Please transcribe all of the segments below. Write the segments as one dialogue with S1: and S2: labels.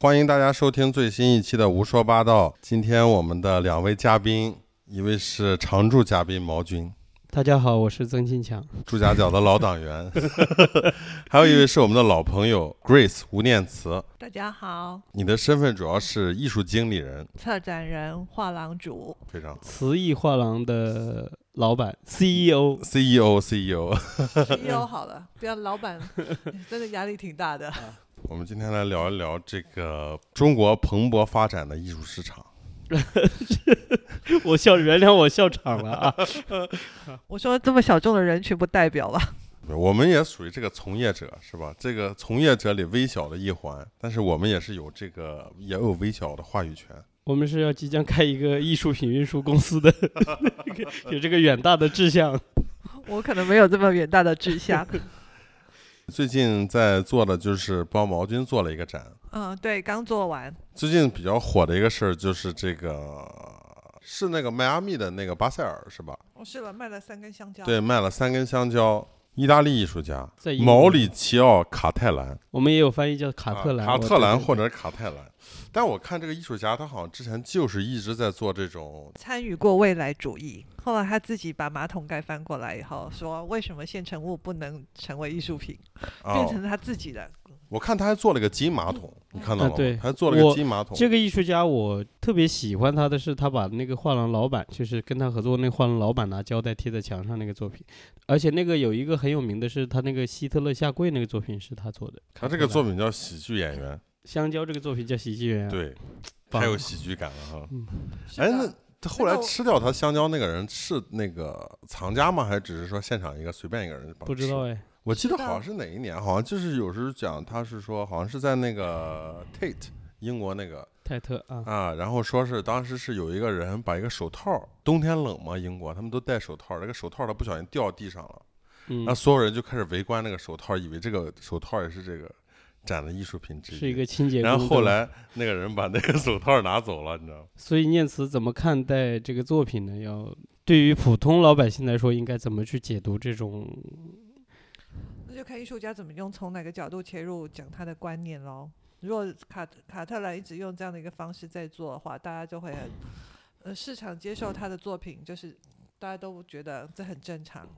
S1: 欢迎大家收听最新一期的《胡说八道》。今天我们的两位嘉宾，一位是常驻嘉宾毛军，
S2: 大家好，我是曾庆强。
S1: 驻夹角的老党员，还有一位是我们的老朋友 Grace 吴念慈。
S3: 大家好，
S1: 你的身份主要是艺术经理人，
S3: 策展人、画 廊主，
S1: 非常
S2: 词艺画廊的老板 E CEO，
S1: CEO CEO。
S3: CEO E 好了，不要老板 真的压力挺大的。
S1: 我们今天来聊一聊这个中国蓬勃发展的艺术市场。
S2: 我笑，原谅我笑场了啊！
S3: 我说这么小众的人群不代表吧？
S1: 我们也属于这个从业者，是吧？这个从业者里微小的一环，但是我们也是有这个，也有微小的话语权。
S2: 我们是要即将开一个艺术品运输公司的， 有这个远大的志向。
S3: 我可能没有这么远大的 志向。
S1: 最近在做的就是帮毛军做了一个展。
S3: 嗯，对，刚做完。
S1: 最近比较火的一个事儿就是这个，是那个迈阿密的那个巴塞尔，是吧？
S3: 我试了，卖了三根香蕉。
S1: 对，卖了三根香蕉。意大利艺术家
S2: 在英国
S1: 毛里奇奥·卡泰兰，
S2: 我们也有翻译叫卡特兰，
S1: 啊卡
S2: 我
S1: 特兰
S2: 对对
S1: 或者卡泰兰。但我看这个艺术家，他好像之前就是一直在做这种
S3: 参与过未来主义，后来他自己把马桶盖翻过来以后，说为什么现成物不能成为艺术品，变
S1: 哦，
S3: 成嗯他自己的。
S1: 我看他还做了个金马桶，你看到了吗？
S2: 啊对
S1: 还做了个
S2: 我
S1: 金马桶。
S2: 这个艺术家，我特别喜欢他的是，他把那个画廊老板，就是跟他合作那个画廊老板拿胶带贴在墙上那个作品，而且那个有一个很有名的是他那个希特勒下跪那个作品是他做的。
S1: 他啊这个作
S2: 作品，
S1: 品叫喜剧演员，
S2: 香蕉这个作品叫《喜剧人》，，啊
S1: 对，
S2: 棒
S1: 太有喜剧感了哈。
S3: 是
S1: 哎，
S3: 的
S1: 那他后来
S3: 那个我
S1: 吃掉他香蕉那个人是那个藏家吗？还是只是说现场一个随便一个人就帮
S2: 不知
S1: 吃
S2: 道？哎，
S1: 我记得
S3: 知道
S1: 好像是哪一年，好像就是有时候讲他是说好像是在那个 Tate 英国那个
S2: 泰特啊，
S1: 啊，然后说是当时是有一个人把一个手套，冬天冷嘛，英国他们都戴手套，这个手套他不小心掉地上了，
S2: 嗯
S1: 那，所有人就开始围观那个手套，以为这个手套也是这个展的艺术品之
S2: 是一个清洁工。
S1: 然后后
S2: 对吧
S1: 来那个人把那个手套拿走了，你知道吗？
S2: 所以念慈怎么看待这个作品呢？要对于普通老百姓来说，应该怎么去解读这种？
S3: 那就看艺术家怎么用从哪个角度切入讲他的观念喽。如果卡卡特兰一直用这样的一个方式在做的话，大家就会很呃市场接受他的作品，就是大家都觉得这很正常。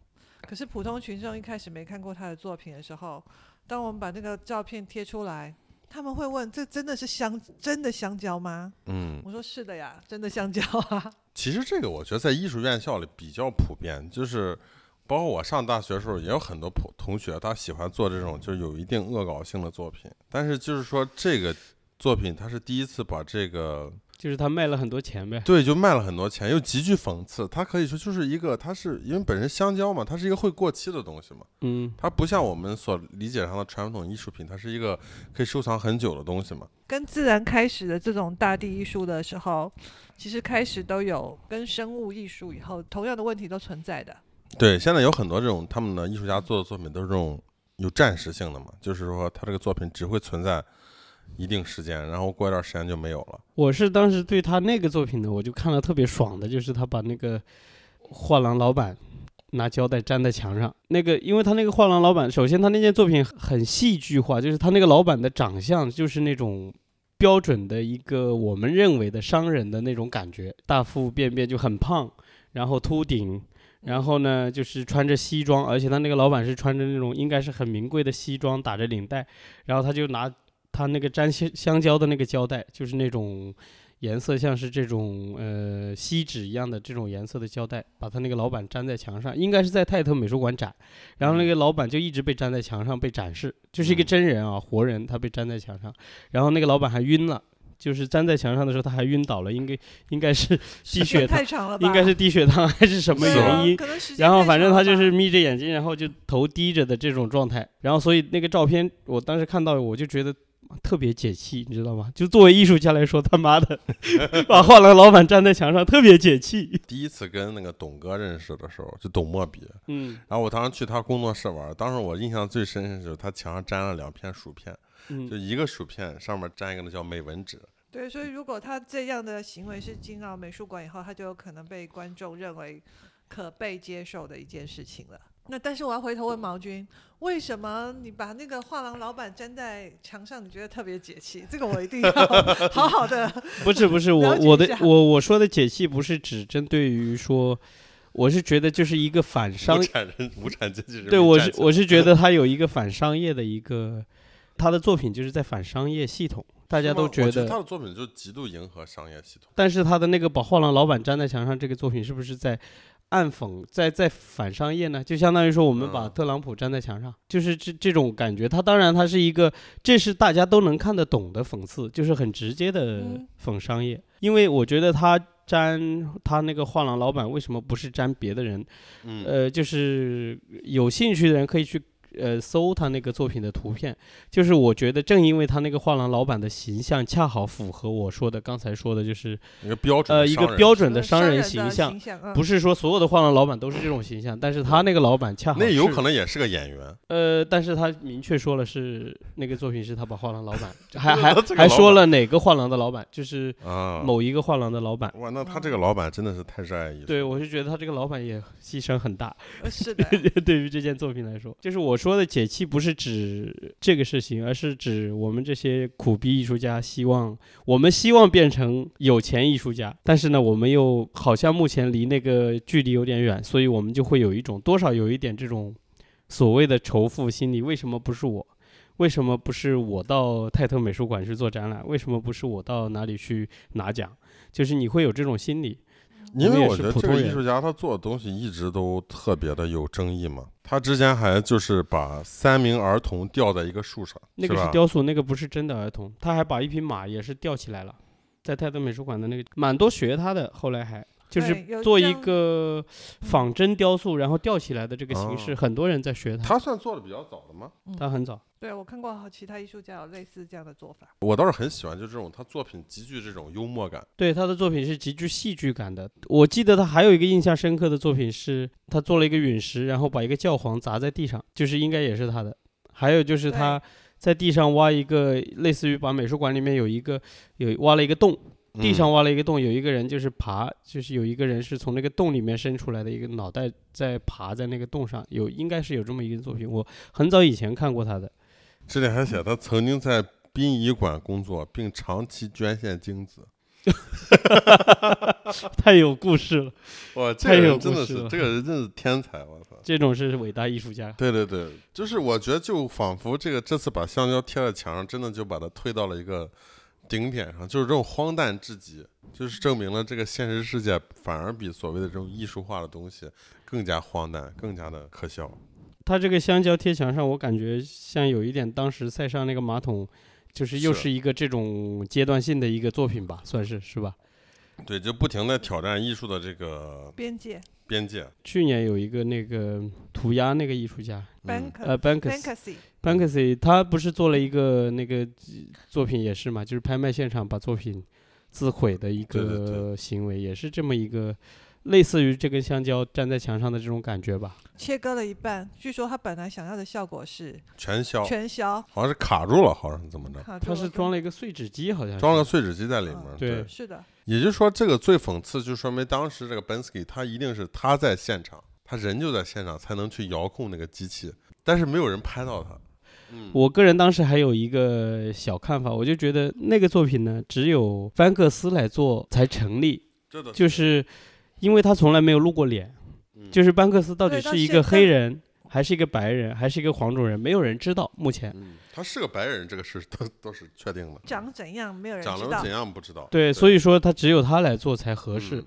S3: 可是普通群众一开始没看过他的作品的时候，当我们把那个照片贴出来，他们会问：这真的是香真的香蕉吗？
S1: 嗯，
S3: 我说是的呀，真的香蕉啊。
S1: 其实这个我觉得在艺术院校里比较普遍，就是包括我上大学的时候，也有很多普同学他喜欢做这种就是有一定恶搞性的作品，但是就是说这个作品他是第一次把这个
S2: 就是他卖了很多钱呗。
S1: 对就卖了很多钱，又极具讽刺，它可以说就是一个它是因为本身香蕉嘛，它是一个会过期的东西嘛，
S2: 嗯，
S1: 它不像我们所理解上的传统艺术品，它是一个可以收藏很久的东西嘛。
S3: 跟自然开始的这种大地艺术的时候，其实开始都有跟生物艺术以后同样的问题都存在的。
S1: 对，现在有很多这种他们的艺术家做的作品都是这种有暂时性的嘛，就是说他这个作品只会存在一定时间，然后过一段时间就没有了。
S2: 我是当时对他那个作品呢，我就看了特别爽的，就是他把那个画廊老板拿胶带粘在墙上。那个，因为他那个画廊老板，首先他那件作品很戏剧化，就是他那个老板的长相就是那种。标准的一个我们认为的商人的那种感觉，大腹便便就很胖，然后秃顶，然后呢就是穿着西装，而且他那个老板是穿着那种应该是很名贵的西装，打着领带，然后他就拿他那个粘香香蕉的那个胶带，就是那种颜色像是这种呃锡纸一样的这种颜色的胶带，把他那个老板粘在墙上，应该是在泰特美术馆展，然后那个老板就一直被粘在墙上被展示，就是一个
S1: 嗯
S2: 真人啊，活人，他被粘在墙上，然后那个老板还晕了。就是粘在墙上的时候，他还晕倒了，应该应该是 低
S3: 时
S2: 血
S3: 间
S2: 糖
S3: 太，长了吧？
S2: 应该是低血糖还是什么
S3: 对啊
S2: 原因？
S3: 可能时间
S2: 然后
S3: 太
S2: 反正
S3: 长
S2: 他
S3: 了
S2: 就
S3: 吧
S2: 是眯着眼睛，然后就头低着的这种状态。然后所以那个照片，我当时看到我就觉得特别解气，你知道吗？就作为艺术家来说，他妈的把画廊老板站在墙上特别解气。
S1: 第一次跟那个董哥认识的时候，就董墨笔，
S2: 嗯
S1: 然后我当时去他工作室玩，当时我印象最深的就是他墙上粘了两片薯片，就
S2: 嗯，
S1: 一个薯片上面粘一个那叫美纹纸，
S3: 对，所以如果他这样的行为是进到美术馆以后，他就有可能被观众认为可被接受的一件事情了。那但是我要回头问毛军，为什么你把那个画廊老板粘在墙上，你觉得特别解气？这个我一定要 好好的。
S2: 不是不是，我
S3: 了解
S2: 我
S3: 一
S2: 的
S3: 下
S2: 我我说的解气不是只针对于说，我是觉得就是一个反商
S1: 无，产人无产阶级人民
S2: 对我
S1: 站
S2: 是
S1: 起来
S2: 我是觉得他有一个反商业的一个，他的作品就是在反商业系统，大家
S1: 是吗
S2: 都
S1: 我
S2: 觉
S1: 觉
S2: 得
S1: 他的作品就极度迎合商业系统。
S2: 但是他的那个把画廊老板粘在墙上这个作品，是不是在暗讽，在在反商业呢？就相当于说我们把
S1: 嗯
S2: 特朗普粘在墙上，就是这这种感觉。他当然他是一个，这是大家都能看得懂的讽刺，就是很直接的
S3: 嗯
S2: 讽商业。因为我觉得他粘他那个画廊老板为什么不是粘别的人？
S1: 嗯，
S2: 呃，就是有兴趣的人可以去呃搜他那个作品的图片。就是我觉得正因为他那个画廊老板的形象恰好符合我说的刚才说的，就是
S1: 一个标准
S2: 呃
S1: 的
S2: 一
S1: 商人，
S2: 个标准的
S3: 呃
S2: 商人
S3: 人
S2: 形
S3: 的
S2: 象。
S3: 象嗯
S2: 不是说所有的画廊老板都是这种形象，但是他那个老板恰好
S1: 那有
S2: 是
S1: 可能也是个演员。
S2: 呃，但是他明确说了是那个作品是他把画廊老 板，还还
S1: 这个
S2: 还
S1: 老
S2: 说
S1: 板
S2: 了哪个画廊的老板，就是
S1: 啊，嗯
S2: 某一个画廊的老板。
S1: 哇，那他这个老板真的是太热爱艺术。
S2: 对，我是觉得他这个老板也牺牲很大，
S3: 呃是 的，
S2: 对于这件作品来说，就是我说的解气，不是指这个事情，而是指我们这些苦逼艺术家希望，我们希望变成有钱艺术家，但是呢，我们又好像目前离那个距离有点远，所以我们就会有一种多少有一点这种所谓的仇富心理。为什么不是我？为什么不是我到泰特美术馆去做展览？为什么不是我到哪里去拿奖？就是你会有这种心理，
S1: 因
S2: 我们
S1: 为
S2: 也
S1: 我
S2: 是
S1: 觉得
S2: 普
S1: 这
S2: 通
S1: 个
S2: 人
S1: 艺术家他做的东西一直都特别的有争议嘛。他之前还就是把三名儿童吊在一个树上，
S2: 那个
S1: 是
S2: 是
S1: 吧？
S2: 雕塑，那个不是真的儿童。他还把一匹马也是吊起来了，在泰德美术馆的那个，蛮多学他的。后来还就是
S3: 对有嗯
S2: 做
S3: 这
S2: 一
S3: 样
S2: 个仿真雕塑，然后吊起来的这个形式，
S1: 哦
S2: 很多人在学他。
S1: 他算做的比较早的吗？
S2: 他很早，
S3: 对我看过好其他艺术家有类似这样的做法。
S1: 我倒是很喜欢，就这种他作品极具这种幽默感。
S2: 对他的作品是极具戏剧感的。我记得他还有一个印象深刻的作品是，他做了一个陨石，然后把一个教皇砸在地上，就是应该也是他的。还有就是
S3: 对
S2: 他在地上挖一个，类似于把美术馆里面有一个有挖了一个洞，地
S1: 嗯
S2: 上挖了一个洞，有一个人就是爬，就是有一个人是从那个洞里面伸出来的一个脑袋在爬在那个洞上，有应该是有这么一个作品，我很早以前看过他的。
S1: 嗯这里还写他曾经在殡仪馆工作，并长期捐献精子。
S2: 太有故事了，
S1: 哇，这个
S2: 太有
S1: 人
S2: 故
S1: 真的
S2: 事
S1: 是
S2: 了
S1: 这个人真的是天才，我操！
S2: 这种是伟大艺术家。
S1: 对对对，就是我觉得就仿佛这个这次把香蕉贴在墙上，真的就把它推到了一个顶点上，就是这种荒诞至极，就是证明了这个现实世界反而比所谓的这种艺术化的东西更加荒诞，更加的可笑。
S2: 他这个香蕉贴墙上，我感觉像有一点当时塞尚那个马桶，就是又
S1: 是
S2: 是一个这种阶段性的一个作品吧，算是是吧？
S1: 对，就不停的挑战艺术的这个
S3: 边界
S1: 边界。
S2: 去年有一个那个涂鸦那个艺术家，
S1: 嗯，
S2: 呃
S3: bank
S2: ，Banks，
S3: fantasy，
S2: Banksy 他不是做了一个那个作品也是嘛，就是拍卖现场把作品自毁的一
S1: 对对
S2: 个行为，也是这么一个类似于这根香蕉粘在墙上的这种感觉吧。
S3: 切割了一半。据说他本来想要的效果是
S1: 全消，
S3: 全消，
S1: 好像是卡住了，好像是怎么着，
S3: 卡住
S2: 他是装
S3: 了
S2: 了一个碎纸机，好像是
S1: 装了个碎纸机在里面。
S3: 嗯
S2: 对
S3: 就，是的，
S1: 也就是说，这个最讽刺，就说明当时这个 Bensky 他一定是他在现场，他人就在现场才能去遥控那个机器，但是没有人拍到他。嗯，
S2: 我个人当时还有一个小看法，我就觉得那个作品呢，只有班克斯来做才成立，
S1: 这都
S2: 就是因为他从来没有露过脸，
S1: 嗯
S2: 就是班克斯到底
S3: 对到
S2: 是一
S3: 现
S2: 个
S3: 在
S2: 黑人，还是一个白人，还是一个黄种人，没有人知道目前。
S1: 嗯，他是个白人，这个事都都是确定的。
S3: 长怎样没有人
S1: 长
S3: 知
S1: 得
S3: 道
S1: 怎。样不知道。嗯
S2: 对，所以说他只有他来做才合
S1: 合
S2: 适。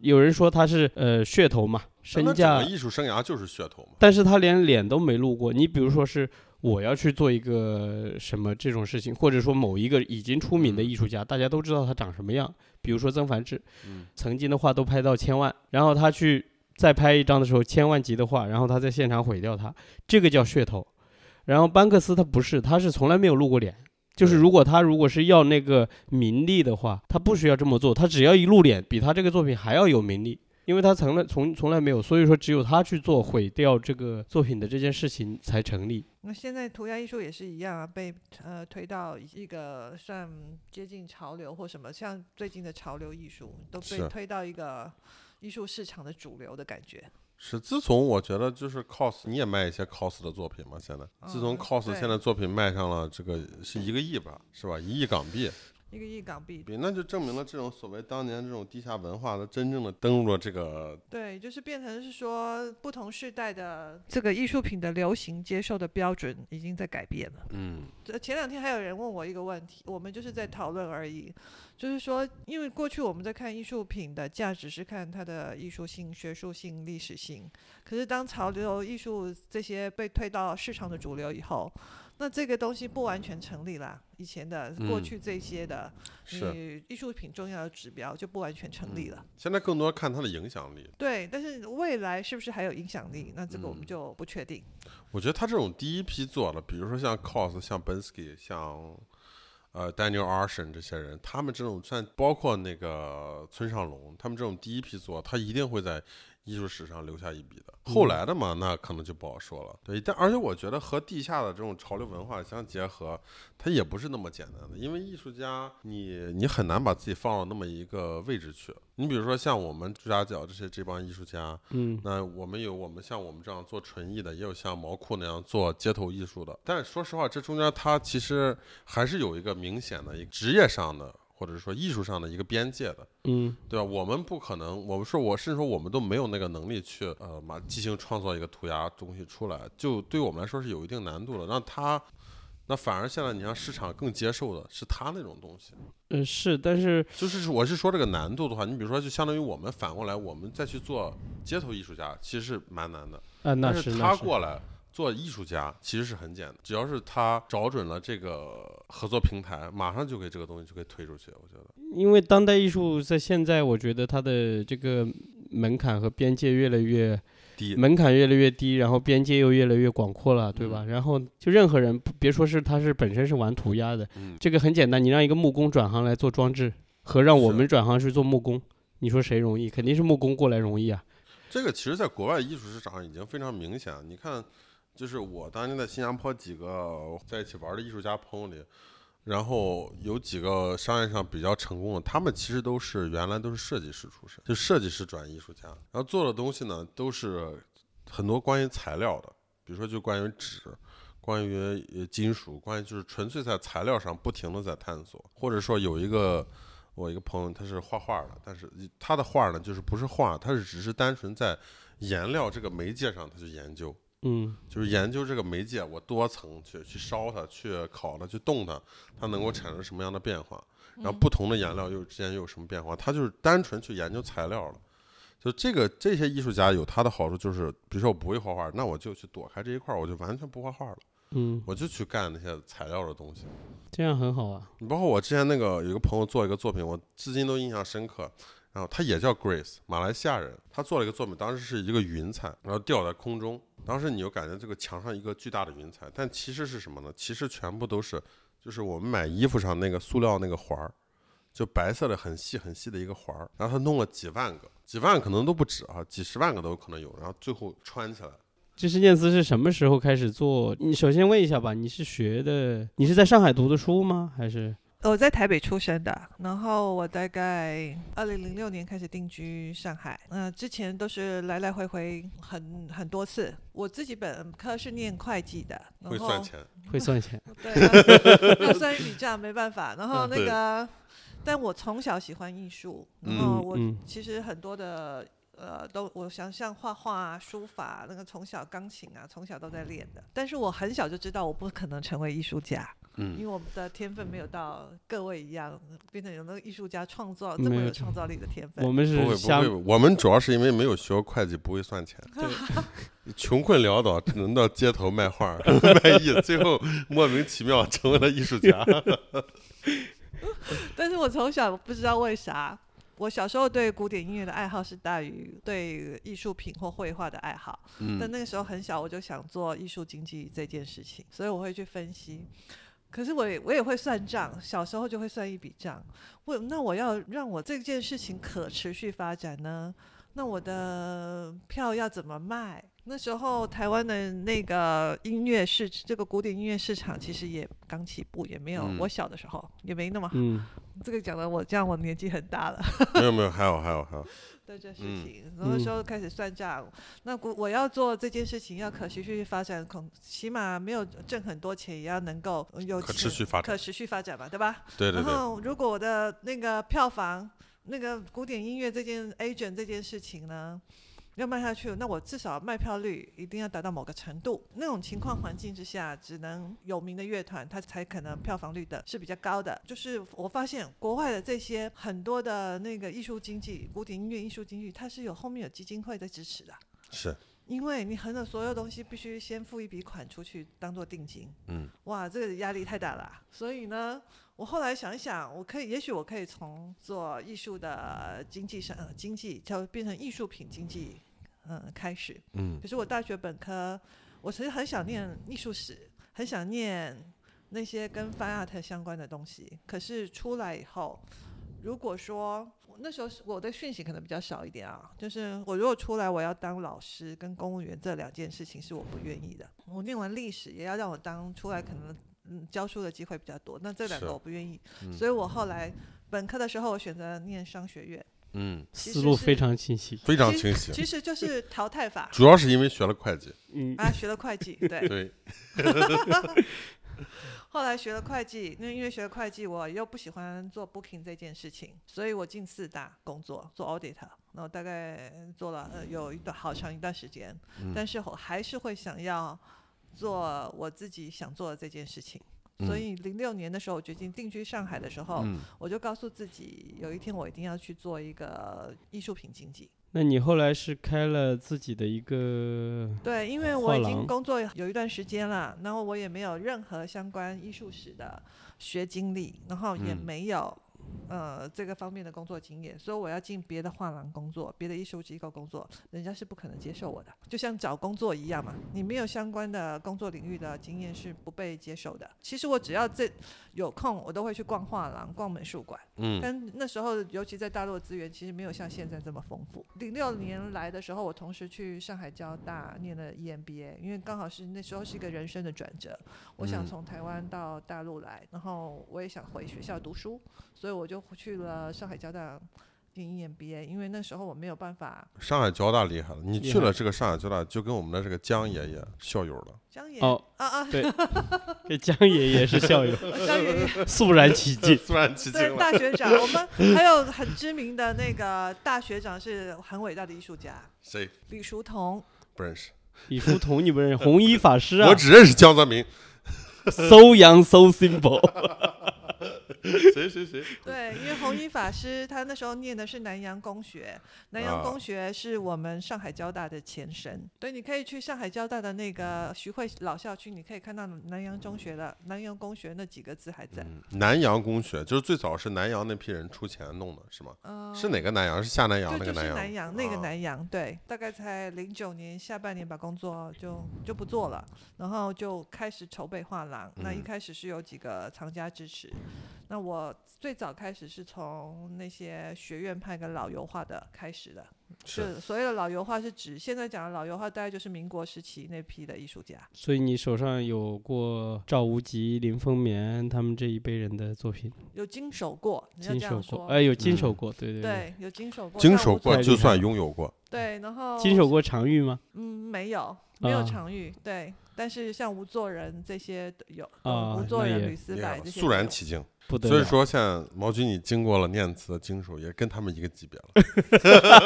S2: 有人说他是呃噱头嘛，身价，
S1: 艺术生涯就是噱头嘛。
S2: 但是他连脸都没露过。你比如说是我要去做一个什么这种事情，或者说某一个已经出名的
S1: 嗯
S2: 艺术家，大家都知道他长什么样，比如说曾梵志，
S1: 嗯
S2: 曾经的画都拍到千万，然后他去再拍一张的时候千万级的画，然后他在现场毁掉它，这个叫噱头。然后班克斯他不是，他是从来没有露过脸。就是
S1: 对
S2: 如果他如果是要那个名利的话，他不需要这么做，他只要一露脸，比他这个作品还要有名利，因为他从来从从来没有，所以说只有他去做毁掉这个作品的这件事情才成立。
S3: 那现在涂鸦艺术也是一样啊，被呃推到一个算接近潮流或什么，像最近的潮流艺术都被
S1: 是
S3: 推到一个艺术市场的主流的感觉。
S1: 是，自从我觉得就是 cos，你也卖一些 cos 的作品嘛？现在，自从
S3: 嗯
S1: cos
S3: 对
S1: 现在作品卖上了这个是一个亿吧，是吧？一亿港币，
S3: 一个亿港币，
S1: 比那就证明了这种所谓当年这种地下文化的真正的登陆了这个
S3: 对，就是变成是说不同时代的这个艺术品的流行接受的标准已经在改变了。
S1: 嗯
S3: 这呃前两天还有人问我一个问题，我们就是在讨论而已，就是说，因为过去我们在看艺术品的价值是看它的艺术性、学术性、历史性，可是当潮流艺术这些被推到市场的主流以后，那这个东西不完全成立啦。以前的、过
S1: 嗯
S3: 去这些的，
S1: 是。嗯
S3: 你艺术品重要的指标就不完全成立了。
S1: 现在更多看它的影响力，
S3: 对，但是未来是不是还有影响力？那这个我
S1: 嗯
S3: 们就不确定。
S1: 我觉得他这种第一批做的，比如说像 cos、像 Bensky、像呃 Daniel Arshin 这些人，他们这种算包括那个村上隆，他们这种第一批做，他一定会在艺术史上留下一笔的。后来的嘛，那可能就不好说了。对，但而且我觉得和地下的这种潮流文化相结合，它也不是那么简单的，因为艺术家你你很难把自己放到那么一个位置去。你比如说像我们朱家角这些这帮艺术家，
S2: 嗯
S1: 那我们有我们像我们这样做纯艺的，也有像毛裤那样做街头艺术的。但说实话，这中间它其实还是有一个明显的一个职业上的，或者说艺术上的一个边界的，
S2: 嗯
S1: 对吧？我们不可能，我们说我甚至说我们都没有那个能力去呃嘛即兴创作一个涂鸦东西出来，就对我们来说是有一定难度的。让它，那反而现在你让市场更接受的是它那种东西。
S2: 呃是，但是
S1: 就是我是说这个难度的话，你比如说，就相当于我们反过来，我们再去做街头艺术家，其实是蛮难的。
S2: 啊那
S1: 但
S2: 是那
S1: 他
S2: 是
S1: 过来做艺术家其实是很简单，只要是他找准了这个合作平台，马上就给这个东西就可以推出去。我觉得，
S2: 因为当代艺术在现在，我觉得它的这个门槛和边界越来越
S1: 第一，
S2: 门槛越来越低，然后边界又越来越广阔
S1: 嗯
S2: 了，对吧？然后就任何人，不别说是他是本身是玩涂鸦的，
S1: 嗯
S2: 这个很简单，你让一个木工转行来做装置，和让我
S1: 是
S2: 们转行去做木工，你说谁容易？肯定是木工过来容易啊。
S1: 这个其实在国外艺术市场上已经非常明显。你看，就是我当年在新加坡几个在一起玩的艺术家朋友里。然后有几个商业上比较成功的，他们其实都是原来都是设计师出身，就设计师转艺术家，然后做的东西呢都是很多关于材料的，比如说就关于纸，关于呃金属，关于就是纯粹在材料上不停的在探索，或者说有一个我一个朋友他是画画的，但是他的画呢就是不是画，他是只是单纯在颜料这个媒介上他去研究，
S2: 嗯
S1: 就是研究这个媒介，我多层去去烧它、去烤它、去冻它，它能够产生什么样的变化，然后不同的颜料又之间又有什么变化，它就是单纯去研究材料了。就这个这些艺术家有他的好处，就是比如说我不会画画，那我就去躲开这一块儿，我就完全不画画了，
S2: 嗯，
S1: 我就去干那些材料的东西。
S2: 这样很好啊。
S1: 你包括我之前那个有一个朋友做一个作品，我至今都印象深刻。然后他也叫 Grace，马来西亚人，他做了一个作品，当时是一个云彩，然后吊在空中。当时你就感觉这个墙上一个巨大的云彩，但其实是什么呢？其实全部都是，就是我们买衣服上那个塑料那个环儿，就白色的很细很细的一个环儿。然后他弄了几万个，几万可能都不止啊，几十万个都有可能有。然后最后穿起来，
S2: 这是念慈是什么时候开始做？你首先问一下吧，你是学的，你是在上海读的书吗？还是
S3: 我在台北出生的，然后我大概二零零六年开始定居上海。嗯、之前都是来来回回很很多次。我自己本科是念会计的，然
S1: 会
S3: 后
S1: 算钱，
S2: 会算 钱？
S3: 对，那 那算笔账没办法。然后
S2: 嗯
S3: 那
S1: 对
S3: 个，但我从小喜欢艺术，然
S1: 嗯
S3: 后
S2: 嗯
S3: 我
S2: 嗯
S3: 其实很多的呃，都我想像画画啊、书法啊、那个从小钢琴啊，从小都在练的。但是我很小就知道我不可能成为艺术家，因
S1: 嗯
S3: 为我们的天分没有到各位一样，变成有那个艺术家创造这
S2: 没
S3: 么
S2: 有
S3: 有
S2: 错
S3: 创造力的天
S2: 我
S3: 分。
S2: 们
S1: 不会
S2: 是
S1: 不会，
S2: 相
S1: 我们主要是因为没有学过会计，不会算钱。 穷困潦倒，只能到街头卖画儿 卖艺，最后莫名其妙成为了艺术 家。
S3: 但是我从小不知道为啥，我小时候对古典音乐的爱好是大于对艺术品或绘画的爱好。但
S1: 嗯，
S3: 那个时候很小，我就想做艺术经济这件事情，所以我会去分析。可是我也我也会算账，小时候就会算一笔账。我那我要让我这件事情可持续发展呢？那我的票要怎么卖？那时候台湾的那个音乐市，这个古典音乐市场其实也刚起步，也没有、
S1: 嗯
S3: 我小的时候也没那么好。
S2: 嗯
S3: 这个讲的我这样我年纪很大了，
S1: 没有没有，还有还有还有，
S3: 对这事
S1: 嗯
S3: 情，然后
S2: 嗯
S3: 说开始算账。那我我要做这件事情，要可持续发展，恐起码没有挣很多钱，也要能够呃有
S1: 可
S3: 钱
S1: 持续发展
S3: 可持续嗯发展吧，对吧？
S1: 对对
S3: 然
S1: 对，
S3: 后如果我的那个票房，那个古典音乐这件 agent 这件事情呢，要卖下去，那我至少卖票率一定要达到某个程度。那种情况环境之下，只能有名的乐团，它才可能票房率的是比较高的。就是我发现国外的这些很多的那个艺术经济，古典音乐艺术经济，它是有后面有基金会在支持的。
S1: 是，
S3: 因为你很多所有东西必须先付一笔款出去当做定金，
S1: 嗯，
S3: 哇，这个压力太大了啊。所以呢，我后来想一想，我可以，也许我可以从做艺术的经济上、呃经济，就变成艺术品经济，嗯，开始。
S1: 嗯
S3: 可是我大学本科，我其实很想念艺术史，很想念那些跟 fine art 相关的东西。可是出来以后，如果说那时候是我的讯息可能比较少一点啊，就是我如果出来，我要当老师跟公务员这两件事情是我不愿意的。我念完历史，也要让我当出来，可能嗯教书的机会比较多。那这两
S1: 是
S3: 个我不愿意，
S1: 嗯
S3: 所以我后来本科的时候，我选择念商学院，
S1: 嗯，
S3: 其
S2: 思
S3: 实
S2: 路
S3: 是
S2: 非常清晰。
S1: 非常清晰，
S3: 其实就是淘汰 法
S1: 主要是因为学了会计，
S2: 嗯，
S3: 啊，学了会计，对。
S1: 对，
S3: 后来学了会计，那因为学了会计，我又不喜欢做 booking 这件事情，所以我进四大工作，做 auditor，然后大概做了、呃、有一段好长一段时间，
S1: 嗯
S3: 但是我还是会想要做我自己想做的这件事情。
S1: 嗯
S3: 所以哦零六年的时候，我决定定居上海的时候，
S1: 嗯，
S3: 我就告诉自己，有一天我一定要去做一个艺术品经济。
S2: 那你后来是开了自己的一个，
S3: 对，因为
S2: 画
S3: 我已
S2: 廊
S3: 经工作有一段时间了，然后我也没有任何相关艺术史的学经历，然后也
S1: 嗯
S3: 没有、呃这个方面的工作经验，所以我要进别的画廊工作、别的艺术机构工作，人家是不可能接受我的，就像找工作一样嘛，你没有相关的工作领域的经验是不被接受的。其实我只要这有空，我都会去逛画廊、逛美术馆。
S1: 嗯，
S3: 但那时候，尤其在大陆的资源，其实没有像现在这么丰富。零六年来的时候，我同时去上海交大念了 E EMBA，因为刚好是那时候是一个人生的转折。我想
S1: 嗯
S3: 从台湾到大陆来，然后我也想回学校读书，所以我就去了上海交大念 E EMBA，因为那时候我没有办法。
S1: 上海交大厉害了，你
S2: 厉
S1: 去
S2: 害
S1: 了这个上海交大，就跟我们的这个江爷爷校友了，
S3: 江爷、
S2: 哦
S3: 啊啊，
S2: 跟江爷爷是校 友，
S3: 江 爷
S2: 肃然起 敬。
S1: 突然起劲
S3: 呃对
S1: 了，
S3: 大学长，我们还有很知名的那个大学长是很伟大的艺术家
S1: 谁
S3: 李叔同。
S1: 不认识？
S2: 李叔同你不认识，红衣法师啊
S1: 我只认识江泽 民，
S2: ，so young so simple。
S1: 谁谁谁？
S3: 对，因为弘一法师他那时候念的是南洋公学，南
S1: 啊
S3: 洋公学是我们上海交大的前身。对，你可以去上海交大的那个徐汇老校区，你可以看到南洋中学的南洋公学那几个字还在。
S1: 嗯南洋公学就是最早是南洋那批人出钱弄的，是吗？
S3: 嗯，
S1: 是哪个南洋？是下南洋那
S3: 对，
S1: 个
S3: 就是
S1: 洋？
S3: 南洋那个
S1: 啊，
S3: 南洋，对，大概才零九年下半年把工作就就不做了，然后就开始筹备画廊。那一
S1: 嗯
S3: 开始是有几个藏家支持，那我最早开始是从那些学院派跟老油画的开始的。
S1: 是
S3: 是所谓的老油画是指现在讲的老油画，大概就是民国时期那批的艺术家。
S2: 所以你手上有过赵无极、林风眠他们这一辈人的作品，
S3: 有经手过，你要
S2: 经
S3: 这
S2: 手
S3: 样
S2: 过，
S3: 说。
S2: 哎，有经
S1: 嗯
S2: 手过，对对对，
S3: 对，有经手过，
S1: 经
S3: 但
S1: 手
S3: 我
S1: 过
S2: 太
S1: 就
S2: 厉害
S1: 算
S2: 了
S1: 拥有过，
S3: 对，然后
S2: 经手过常玉吗？
S3: 嗯没有没有
S2: 啊
S3: 常遇，对，但是像吴作人这些有，
S2: 啊
S3: 呃吴作
S2: 那
S3: 人、
S2: 也
S3: 吕思
S1: 厉害
S3: 柏
S1: 了，
S3: 这些
S1: 肃然
S3: 有
S1: 起敬。
S2: 不得
S1: 所以
S2: 了，
S1: 说，像毛军，你经过了念慈的经手，也跟他们一个级别了。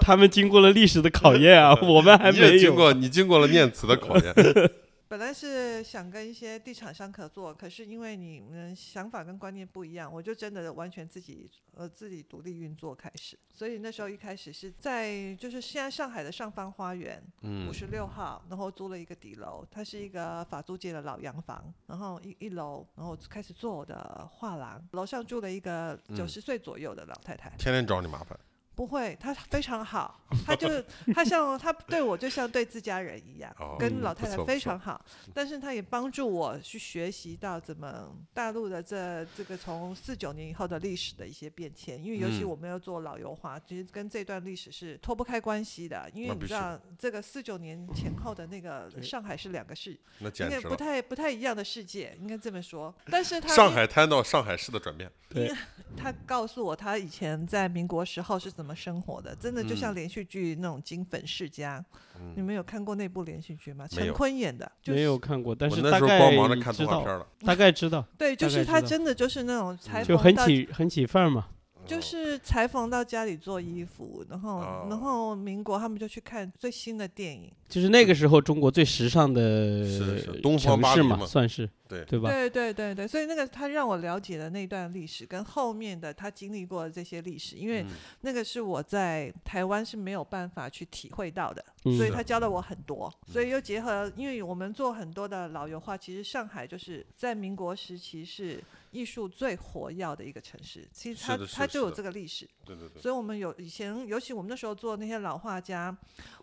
S2: 他们经过了历史的考 验啊，我们还
S1: 你也
S2: 没
S1: 经
S2: 有。
S1: 过，你经过了念慈的考验。
S3: 本来是想跟一些地产商合作，可是因为你们想法跟观念不一样，我就真的完全自己呃自己独立运作开始。所以那时候一开始是在就是现在上海的上方花园
S1: 嗯
S3: 五，十六号，然后租了一个底楼，它是一个法租界的老洋房，然后一一楼，然后开始做我的画廊。楼上住了一个
S1: 嗯
S3: 九十岁左右的老太太，
S1: 天天找你麻烦。
S3: 不会，他非 常好，他就是他像他对我就像对自家人一样，
S1: 哦
S3: 跟
S2: 嗯
S3: 老
S1: 不
S3: 太
S1: 错
S3: 太
S1: 不
S3: 非
S1: 错
S3: 常好，但是他也帮助我去学习到怎么大陆的这这个从四九年以后的历史的一些变迁，因为尤其
S1: 嗯
S3: 我们要做老油画，其实跟这段历史是脱不开关系的，因
S1: 那
S3: 为你
S1: 必须
S3: 知道这个四九年前后的那个
S2: 对
S3: 上海是两个世，
S1: 那
S3: 应
S1: 简
S3: 该
S1: 直
S3: 不
S1: 了。
S3: 太不太一样的世界，应该这么说，但是他
S1: 上海滩到上海市的转变，
S3: 他告诉我他以前在民国时候是怎么生活的，真的就像连续剧那种金粉世家。你
S1: 嗯，
S3: 们有看过那部连续剧吗？
S1: 没
S3: 陈
S1: 有
S3: 坤演的，就
S2: 没
S3: 是
S2: 有看过，但
S1: 我
S2: 是
S1: 那
S2: 大
S1: 时候
S2: 概
S1: 光忙着看
S2: 知
S1: 动画
S2: 道
S1: 片，了，
S2: 大概知道，
S3: 对，就
S2: 大概知
S3: 是他
S2: 道
S3: 真的就是
S1: 嗯
S3: 那种裁
S2: 就
S3: 缝
S2: 很
S3: 到，
S2: 起很起范儿嘛。
S3: 就是裁缝到家里做衣服，然后、
S1: 哦
S3: 然后民国他们就去看最新的电影，
S2: 就是那个时候中国最时尚的
S1: 是是东方
S2: 城
S1: 巴
S2: 市
S1: 黎
S2: 嘛，
S1: 嘛
S2: 算是
S1: 对
S2: 对吧？
S3: 对对对对，所以那个他让我了解了那段历史跟后面的他经历过的这些历史，因为
S1: 嗯
S3: 那个是我在台湾是没有办法去体会到的，
S2: 嗯
S3: 所以
S1: 是
S3: 他教了我很多，所
S1: 嗯
S3: 以又结合，因为我们做很多的老油画，其实上海就是在民国时期是艺术最活跃的一个城市，其实它
S1: 是的是的
S3: 它就是有
S1: 的
S3: 这个历史，
S1: 对对对，
S3: 所以我们有以前，尤其我们那时候做那些老画家，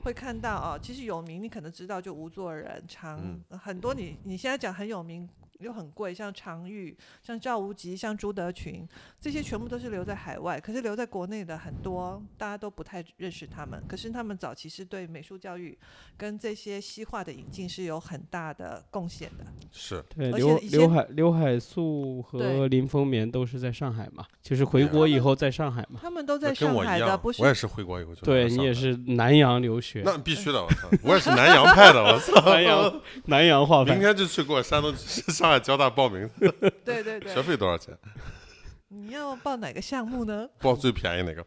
S3: 会看到啊，其实有名你可能知道，就吴作人、常、
S1: 嗯
S3: 呃很多你你现在讲很有名又很贵，像常玉、像赵无极、像朱德群，这些全部都是留在海外，可是留在国内的很多大家都不太认识他们，可是他们早期是对美术教育跟这些西画的引进是有很大的贡献的。
S1: 是
S2: 对，
S3: 而
S2: 刘
S3: 且以
S2: 刘
S3: 前
S2: 海刘海粟和
S3: 对
S2: 林风眠都是在上海嘛，就是
S1: 对
S2: 回
S1: 啊
S2: 国以后在上海嘛。
S3: 他们都
S1: 那
S3: 在
S1: 跟
S3: 上
S1: 我
S3: 海
S1: 一
S3: 的，
S1: 样
S3: 不，是
S1: 我也是回国以后就
S2: 对
S1: 来
S2: 你
S1: 上
S2: 也
S1: 海，
S2: 是南洋留学，
S1: 那必须的，我操，我也是南洋派的，我操，
S2: 南洋 南洋画
S1: 明
S2: 派，
S1: 天就去给我山东上海交大报名，
S3: 对对
S1: 学
S3: 对。
S1: 费多少钱？
S3: 你要报哪个项目呢？
S1: 报最便宜那个。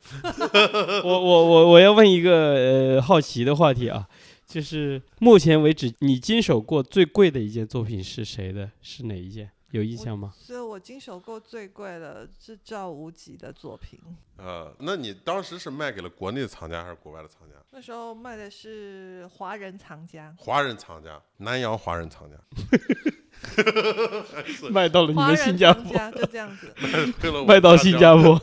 S2: 我我我我要问一个呃好奇的话题啊，就是目前为止你经手过最贵的一件作品是谁的？是哪一件？有印象吗？
S3: 所以我经手过最贵的是赵无极的作品，
S1: 呃，那你当时是卖给了国内的藏家还是国外的藏家？
S3: 那时候卖的是华人藏家，
S1: 华人藏家，南洋华人 藏家，
S2: 卖到了你
S3: 华
S2: 们
S3: 人
S2: 新加
S3: 藏
S2: 坡，
S3: 家就这样子。
S1: 为了我
S2: 卖到
S1: 家
S2: 新
S1: 乡
S2: 加坡。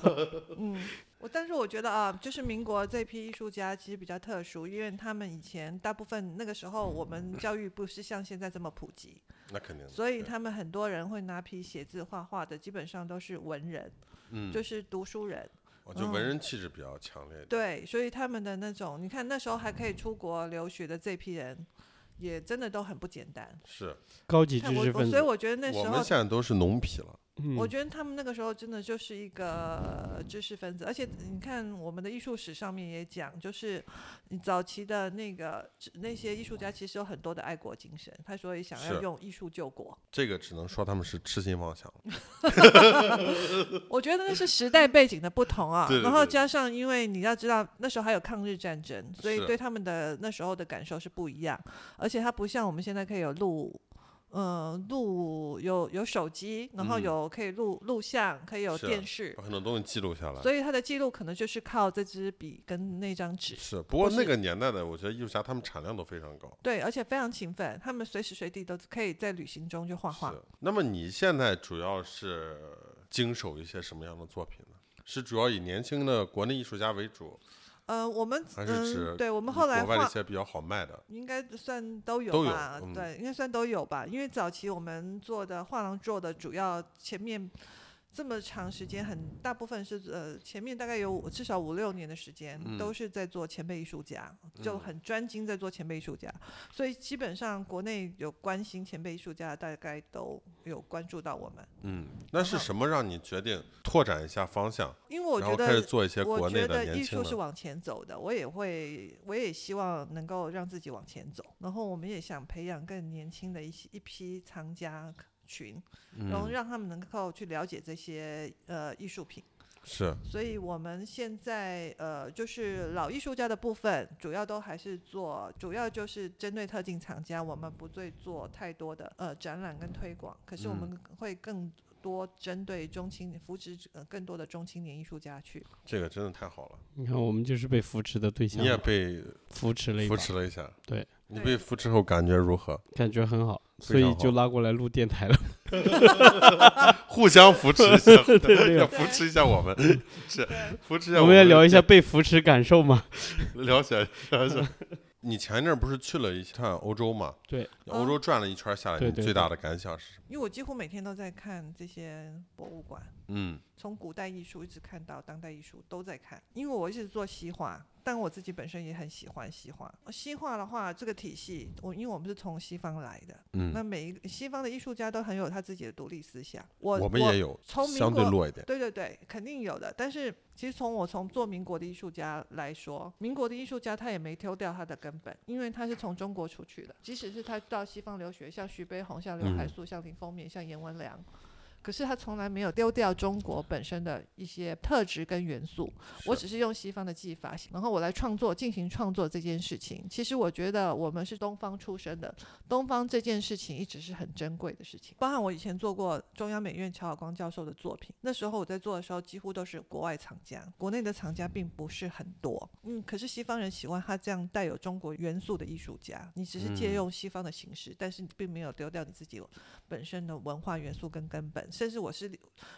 S3: 嗯，我但是我觉得啊，就是民国这批艺术家其实比较特殊，因为他们以前大部分那个时候我们教育不是像现在这么普及，
S1: 那肯定的。
S3: 所以
S1: 对
S3: 他们很多人会拿笔写字画画的，基本上都是文人，
S1: 嗯，
S3: 就是读书人。
S1: 我就文人气质比较强烈一点。
S3: 对，所以他们的那种，你看那时候还可以出国留学的这批人，也真的都很不简单。
S1: 是
S2: 高级
S3: 看
S2: 知
S3: 我
S2: 识
S3: 我
S2: 分
S3: 所以
S2: 子。
S3: 我觉得那
S1: 我
S3: 时
S1: 们
S3: 候，
S1: 现在都是农皮了，
S2: 嗯
S3: 我觉得他们那个时候真的就是一个知识分子，而且你看我们的艺术史上面也讲，就是你早期的那个那些艺术家其实有很多的爱国精神，他所以想要
S1: 是
S3: 用艺术救国。
S1: 这个只能说他们是痴心妄想。
S3: 我觉得那是时代背景的不同啊
S1: ，对对对
S3: 然后
S1: 对
S3: 加上，因为你要知道那时候还有抗日战争，所以
S1: 是啊
S3: 对他们的那时候的感受是不一样，而且它不像我们现在可以有录，嗯，录有有手机，然后
S1: 嗯
S3: 有可以录录像，可以有
S1: 是啊
S3: 电视
S1: 把，很多东西记录下来。
S3: 所以它的记录可能就是靠这支笔跟那张纸。
S1: 是，不过
S3: 不
S1: 那
S3: 是
S1: 个年代的，我觉得艺术家他们产量都非常高。
S3: 对，而且非常勤奋，他们随时随地都可以在旅行中就画画
S1: 是。。那么你现在主要是经手一些什么样的作品呢？是主要以年轻的国内艺术家为主，
S3: 呃，我们
S1: 还是指
S3: 嗯，对，我
S1: 我
S3: 们后来
S1: 国外的
S3: 画
S1: 一些比较好卖的，
S3: 应该算都有
S1: 都有
S3: 吧，
S1: 嗯
S3: 对，应该算都有吧。因为早期我们做的画廊做的主要前面这么长时间很，大部分是呃前面大概有五至少五六年的时间、
S1: 嗯
S3: 都是在做前辈艺术家，就
S1: 嗯
S3: 很专精在做前辈艺术家，所以基本上国内有关心前辈艺术家，大概都有关注到我们，
S1: 嗯，那是
S3: 然后
S1: 什么让你决定拓展一下方向，
S3: 因为我
S1: 然
S3: 觉
S1: 后开始
S3: 得。
S1: 做一些国
S3: 我
S1: 内
S3: 觉
S1: 的
S3: 得
S1: 年
S3: 艺
S1: 轻
S3: 术是
S1: 的？
S3: 往前走的，我也会，我也希望能够让自己往前走。然后我们也想培养更年轻的一些一批藏家群，然后
S1: 嗯，
S3: 让他们能够去了解这些呃艺术品。
S1: 是
S3: 所以我们现在呃，就是老艺术家的部分，主要都还是做，主要就是针对特定厂家，我们不会做太多的呃展览跟推广，可是我
S1: 嗯
S3: 们会更多针对中青年，扶持呃更多的中青年艺术家去。
S1: 这个真的太好了，
S2: 你看，我们就是被扶持的对象
S1: 你，也被
S2: 扶持了一把
S1: 扶。持了一下。
S2: 对，
S1: 你
S3: 对
S1: 被扶持后感觉如何？
S2: 感觉很好，所
S1: 非常
S2: 以就
S1: 好
S2: 拉过来录电台了。
S1: 互相扶持一下，
S2: 对
S1: 要扶持一下我们，是扶持一下
S2: 我
S1: 我
S2: 们要聊一下
S1: 下，
S2: 被扶持感受嘛？
S1: 聊起来，聊起来。 你前一阵儿不是去了一趟欧洲嘛？
S2: 对，
S1: 欧洲转了一圈下来，
S2: 对
S1: 你
S2: 对
S1: 最
S2: 对
S1: 大的感想是什么？
S3: 因为我几乎每天都在看这些博物馆，
S1: 嗯，
S3: 从古代艺术一直看到当代艺术都在看，因为我一直做西画，但我自己本身也很喜欢西画。西画的话，这个体系，我因为我们是从西方来的，
S1: 嗯
S3: 那每一个西方的艺术家都很有他自己的独立思想。我
S1: 我们也有
S3: 从民
S1: 相对
S3: 国
S1: 弱一点。
S3: 对对对，肯定有的。但是其实从我从做民国的艺术家来说，民国的艺术家他也没丢掉他的根本，因为他是从中国出去的。即使是他到西方留学，像徐悲鸿、像刘海
S1: 嗯
S3: 粟、像林风眠、像阎文良，可是他从来没有丢掉中国本身的一些特质跟元素。我只是用西方的技法，然后我来创作，进行创作这件事情。其实我觉得我们是东方出身的，东方这件事情一直是很珍贵的事情。包含我以前做过中央美院乔晓光教授的作品，那时候我在做的时候，几乎都是国外藏家，国内的藏家并不是很多。嗯，可是西方人喜欢他这样带有中国元素的艺术家，你只是借
S1: 嗯
S3: 用西方的形式，但是你并没有丢掉你自己本身的文化元素跟根本，甚至我是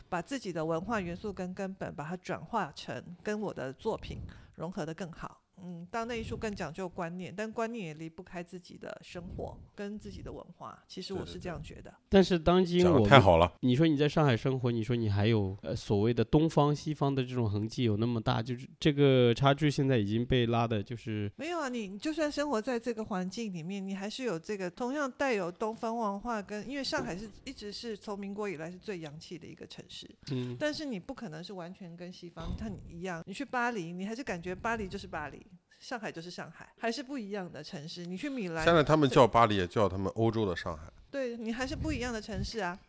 S3: 把自己的文化元素跟根本，把它转化成跟我的作品融合的更好。嗯，当代艺术更讲究观念，但观念也离不开自己的生活跟自己的文化。其实
S1: 对
S3: 我
S1: 对
S3: 是这样觉得。
S2: 但是当今
S1: 讲
S2: 我
S1: 的太
S2: 们
S1: 好了，
S2: 你说你在上海生活，你说你还有呃所谓的东方西方的这种痕迹有那么大，就是这个差距现在已经被拉的，就是
S3: 没有啊，你你就算生活在这个环境里面，你还是有这个同样带有东方文化跟，因为上海是一直是从民国以来是最洋气的一个城市，
S2: 嗯，
S3: 但是你不可能是完全跟西方它一样。你去巴黎，你还是感觉巴黎就是巴黎，上海就是上海，还是不一样的城市。你去米兰
S1: 现，在他们叫巴黎，也叫他们欧洲的上 海。
S3: 对你还是不一样的城市啊。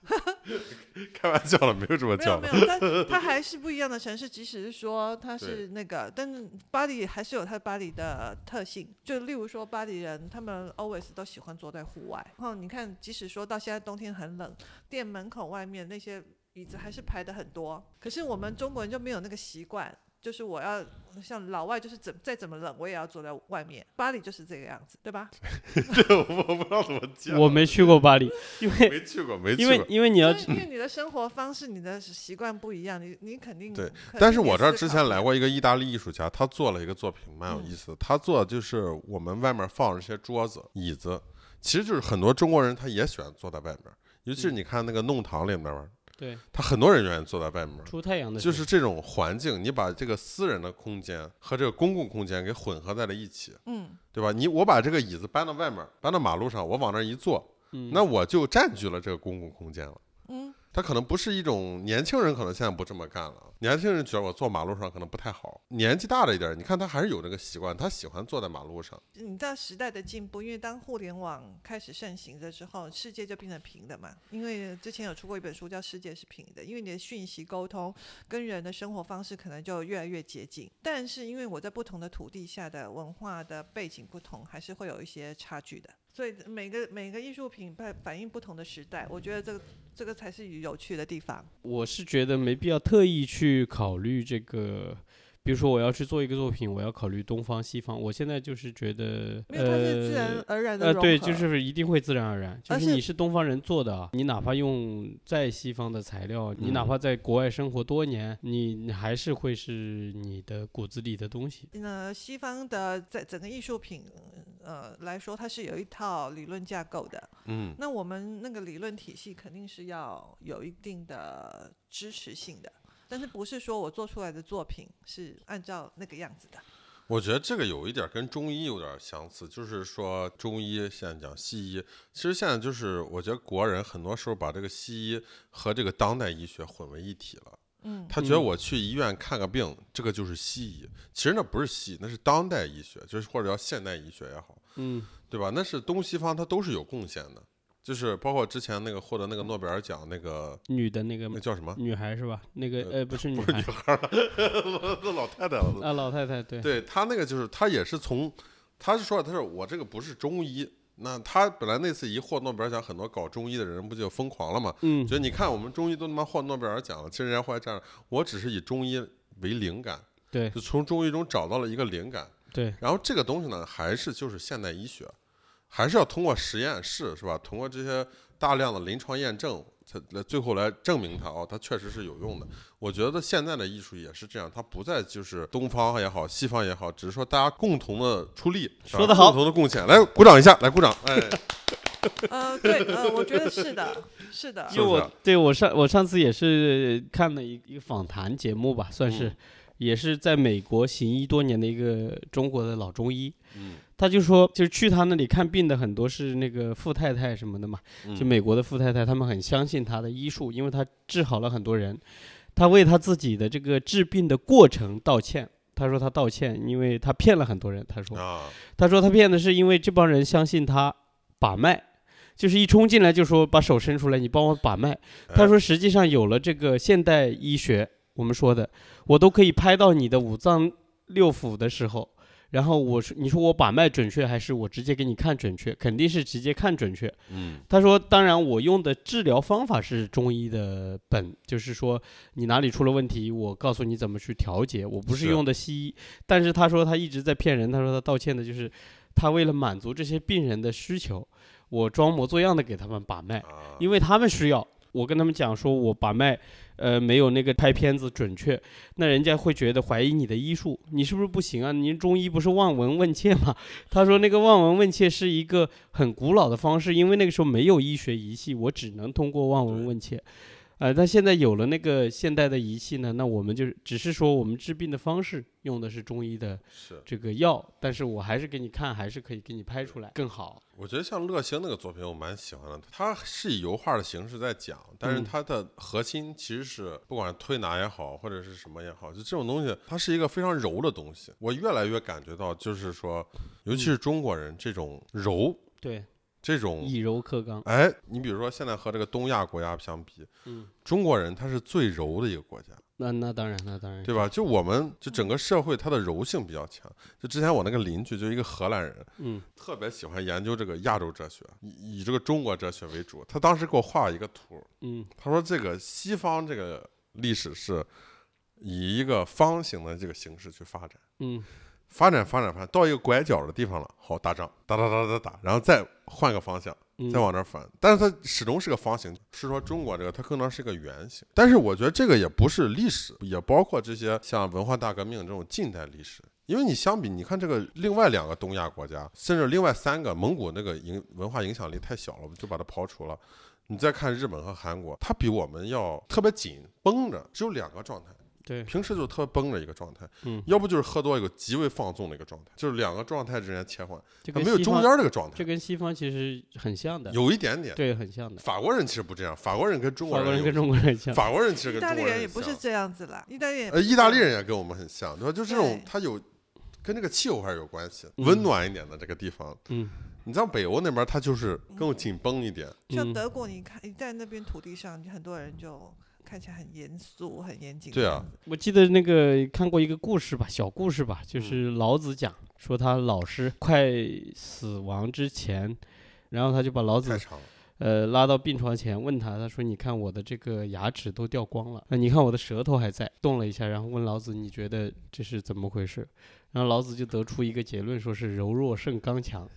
S1: 开玩笑了，没有这么
S3: 没有
S1: 叫
S3: 没
S1: 的。
S3: 有，但它还是不一样的城市。即使是说它
S1: 对
S3: 是那个，但是巴黎还是有它巴黎的特性。就例如说，巴黎人他们 always 都喜欢坐在户外。然后你看，即使说到现在冬天很冷，店门口外面那些椅子还是排的很多。可是我们中国人就没有那个习惯。就是我要像老外，就是怎再怎么冷，我也要坐在外面。巴黎就是这个样子，对吧？
S1: 对，我我不知道怎么叫，
S2: 我没去过 巴黎，因为
S1: 没去过，没去
S2: 因
S1: 过。
S2: 为因为你要
S3: 就是因为你的生活方式、你的习惯不一样，你你肯定
S1: 对。
S3: 肯
S1: 但是
S3: 定
S1: 我
S3: 也
S1: 这儿之
S3: 思考
S1: 前
S3: 不一
S1: 来
S3: 样
S1: 过一个意大利艺术家，他做了一个作品，蛮有
S3: 嗯
S1: 意思的。他做的就是我们外面放着这些桌子、椅子，其实就是很多中国人他也喜欢坐在外面，尤其是
S2: 嗯
S1: 你看那个弄堂里面儿，
S2: 对
S1: 他很多人愿意坐在外面。
S2: 出太阳的时
S1: 就
S2: 候
S1: 是这种环境，你把这个私人的空间和这个公共空间给混合在了一起，
S3: 嗯，
S1: 对吧？你我把这个椅子搬到外面儿，搬到马路上，我往那儿一坐，
S2: 嗯
S1: 那我就占据了这个公共空间了。
S3: 嗯，
S1: 他可能不是一种年轻人，可能现在不这么干了。年轻人觉得我坐马路上可能不太好，年纪大了一点儿，你看他还是有这个习惯，他喜欢坐在马路上。
S3: 你知道时代的进步，因为当互联网开始盛行的时候，世界就变成平的嘛。因为之前有出过一本书叫《世界是平的》，因为你的讯息沟通跟人的生活方式可能就越来越接近。但是因为我在不同的土地下的文化的背景不同，还是会有一些差距的。所以每个每个艺术品反反映不同的时代，我觉得这个这个才是有趣的地方。
S2: 我是觉得没必要特意去考虑这个。比如说，我要去做一个作品，我要考虑东方西方。我现在就是觉得，
S3: 没有，它是自然
S2: 呃
S3: 而然的
S2: 呃，
S3: 融合。
S2: 对，就是一定会自然而然，就
S3: 而
S2: 是
S3: 且
S2: 你是东方人做的啊，你哪怕用再西方的材料，你哪
S1: 嗯
S2: 怕在国外生活多年，你你还是会是你的骨子里的东西。
S3: 那西方的在整个艺术品呃来说，它是有一套理论架构的。
S1: 嗯，
S3: 那我们那个理论体系肯定是要有一定的支持性的，但是不是说我做出来的作品是按照那个样子的？
S1: 我觉得这个有一点儿跟中医有点儿相似，就是说中医现在讲西医，其实现在就是我觉得国人很多时候把这个西医和这个当代医学混为一体了。
S3: 嗯，
S1: 他觉得
S2: 嗯
S1: 我去医院看个病，这个就是西医，其实那不是西医，那是当代医学，就是或者叫现代医学也好。
S2: 嗯，
S1: 对吧？那是东西方它都是有贡献的，就是包括之前那个获得那个诺贝尔奖那个
S2: 女的那个
S1: 那叫什么？
S2: 女孩是吧？那个
S1: 呃
S2: 呃，不是女
S1: 不是
S2: 孩
S1: 女，孩了，那老太太了。
S2: 啊，老太太，对，
S1: 对她那个就是她也是从，她是说她说我这个不是中医。那她本来那次一获诺贝尔奖，很多搞中医的人不就疯狂了嘛？
S2: 嗯
S1: 觉得你看我们中医都他妈获诺贝尔奖了，其实人家后来这样，我只是以中医为灵感，
S2: 对
S1: 就从中医中找到了一个灵感。
S2: 对，
S1: 然后这个东西呢，还是就是现代医学，还是要通过实验室是吧？通过这些大量的临床验证，才来最后来证明它哦，它确实是有用的。我觉得现在的艺术也是这样，它不再就是东方也好，西方也好，只是说大家共同的出力，是吧
S2: 说得好
S1: 共同的贡献，来鼓掌一下，来鼓掌，哎，
S3: 呃，对，呃，我觉得是的，是的，
S1: 啊是
S2: 因为
S1: 不
S2: 我对我上我上次也是看了一一个访谈节目吧，算是、
S1: 嗯
S2: 也是在美国行医多年的一个中国的老中医，
S1: 嗯，
S2: 他就说，就是去他那里看病的很多是那个富太太什么的嘛，
S1: 嗯
S2: 就美国的富太太，他们很相信他的医术，因为他治好了很多人，他为他自己的这个治病的过程道歉。他说他道歉，因为他骗了很多人。他说，
S1: 啊，
S2: 他说他骗的是因为这帮人相信他把脉，就是一冲进来就说把手伸出来，你帮我把脉。
S1: 哎
S2: 他说实际上有了这个现代医学，我们说的，我都可以拍到你的五脏六腑的时候，然后我说你说我把脉准确还是我直接给你看准确？肯定是直接看准确。
S1: 嗯
S2: 他说，当然我用的治疗方法是中医的本，就是说你哪里出了问题，我告诉你怎么去调节，我不是
S1: 是
S2: 用的西医。但是他说他一直在骗人，他说他道歉的就是他为了满足这些病人的需求，我装模作样的给他们把脉。
S1: 啊，
S2: 因为他们需要。我跟他们讲说，我把脉，呃，没有那个拍片子准确，那人家会觉得怀疑你的医术，你是不是不行啊？您中医不是望闻问切吗？ 他说那个望闻问切是一个很古老的方式，因为那个时候没有医学仪器，我只能通过望闻
S1: 对
S2: 问切。呃，但现在有了那个现代的仪器呢，那我们就是只是说我们治病的方式用的是中医的
S1: 是。
S2: 这个药，但是我还是给你看，还是可以给你拍出来更好。
S1: 我觉得像乐星那个作品，我蛮喜欢的。它是以油画的形式在讲，但是
S2: 嗯
S1: 它的核心其实是不管是推拿也好，或者是什么也好，就这种东西，它是一个非常柔的东西。我越来越感觉到，就是说，尤
S2: 嗯
S1: 其是中国人这种柔，
S2: 对，
S1: 这种
S2: 以柔克刚。
S1: 哎，你比如说现在和这个东亚国家相比，
S2: 嗯，
S1: 中国人他是最柔的一个国家。
S2: 那那当然，那当然。
S1: 对吧？就我们就整个社会，它的柔性比较强。就之前我那个邻居，就一个荷兰人，
S2: 嗯，
S1: 特别喜欢研究这个亚洲哲学，以以这个中国哲学为主。他当时给我画一个图，
S2: 嗯
S1: 他说这个西方这个历史是以一个方形的这个形式去发展，
S2: 嗯
S1: 发展发展发展到一个拐角的地方了，好打仗，打打打打打，然后再换个方向，
S2: 嗯，
S1: 再往那儿翻，但是它始终是个方形。是说中国这个，它更多是个圆形。但是我觉得这个也不是历史，也包括这些像文化大革命这种近代历史。因为你相比，你看这个另外两个东亚国家，甚至另外三个蒙古那个影文化影响力太小了，我们就把它刨除了。你再看日本和韩国，它比我们要特别紧绷着，只有两个状态。
S2: 对，
S1: 平时就特别绷着一个状态，
S2: 嗯
S1: 要不就是喝多一个极为放纵的一个状态，就是两个状态之间切换，
S2: 这
S1: 它
S2: 跟
S1: 没有
S2: 西
S1: 中
S2: 方
S1: 间这个状态，
S2: 这跟西方其实很像的，
S1: 有一点点。
S2: 对，很像的。
S1: 法国人其实不这样，法国人跟中国人
S2: 法国人
S1: 有
S2: 跟中国人很像，
S1: 法国人其实
S3: 意
S1: 跟
S3: 大
S1: 中
S3: 利
S1: 国人
S3: 人也
S1: 很
S3: 不是
S1: 像
S3: 这样子啦，意大利人也
S1: 呃，
S3: 不
S1: 意大利
S3: 是
S1: 人也跟我们很像，对吧？就这种
S3: 对
S1: 它有跟这个气候还是有关系，
S2: 嗯
S1: 温暖一点的这个地方，
S2: 嗯，
S1: 你像北欧那边它就是更紧绷一点，
S3: 这样像
S2: 嗯
S3: 德国，你看你在那边土地上，很多人就看起来很严肃、很严谨。
S1: 对啊，
S2: 我记得那个看过一个故事吧，小故事吧，
S1: 嗯
S2: 就是老子讲说他老师快死亡之前，然后他就把老
S1: 太
S2: 子
S1: 长了。
S2: 呃拉到病床前，问他，他说你看我的这个牙齿都掉光了，那呃你看我的舌头还在，动了一下，然后问老子你觉得这是怎么回事？然后老子就得出一个结论，说是柔弱胜刚 强，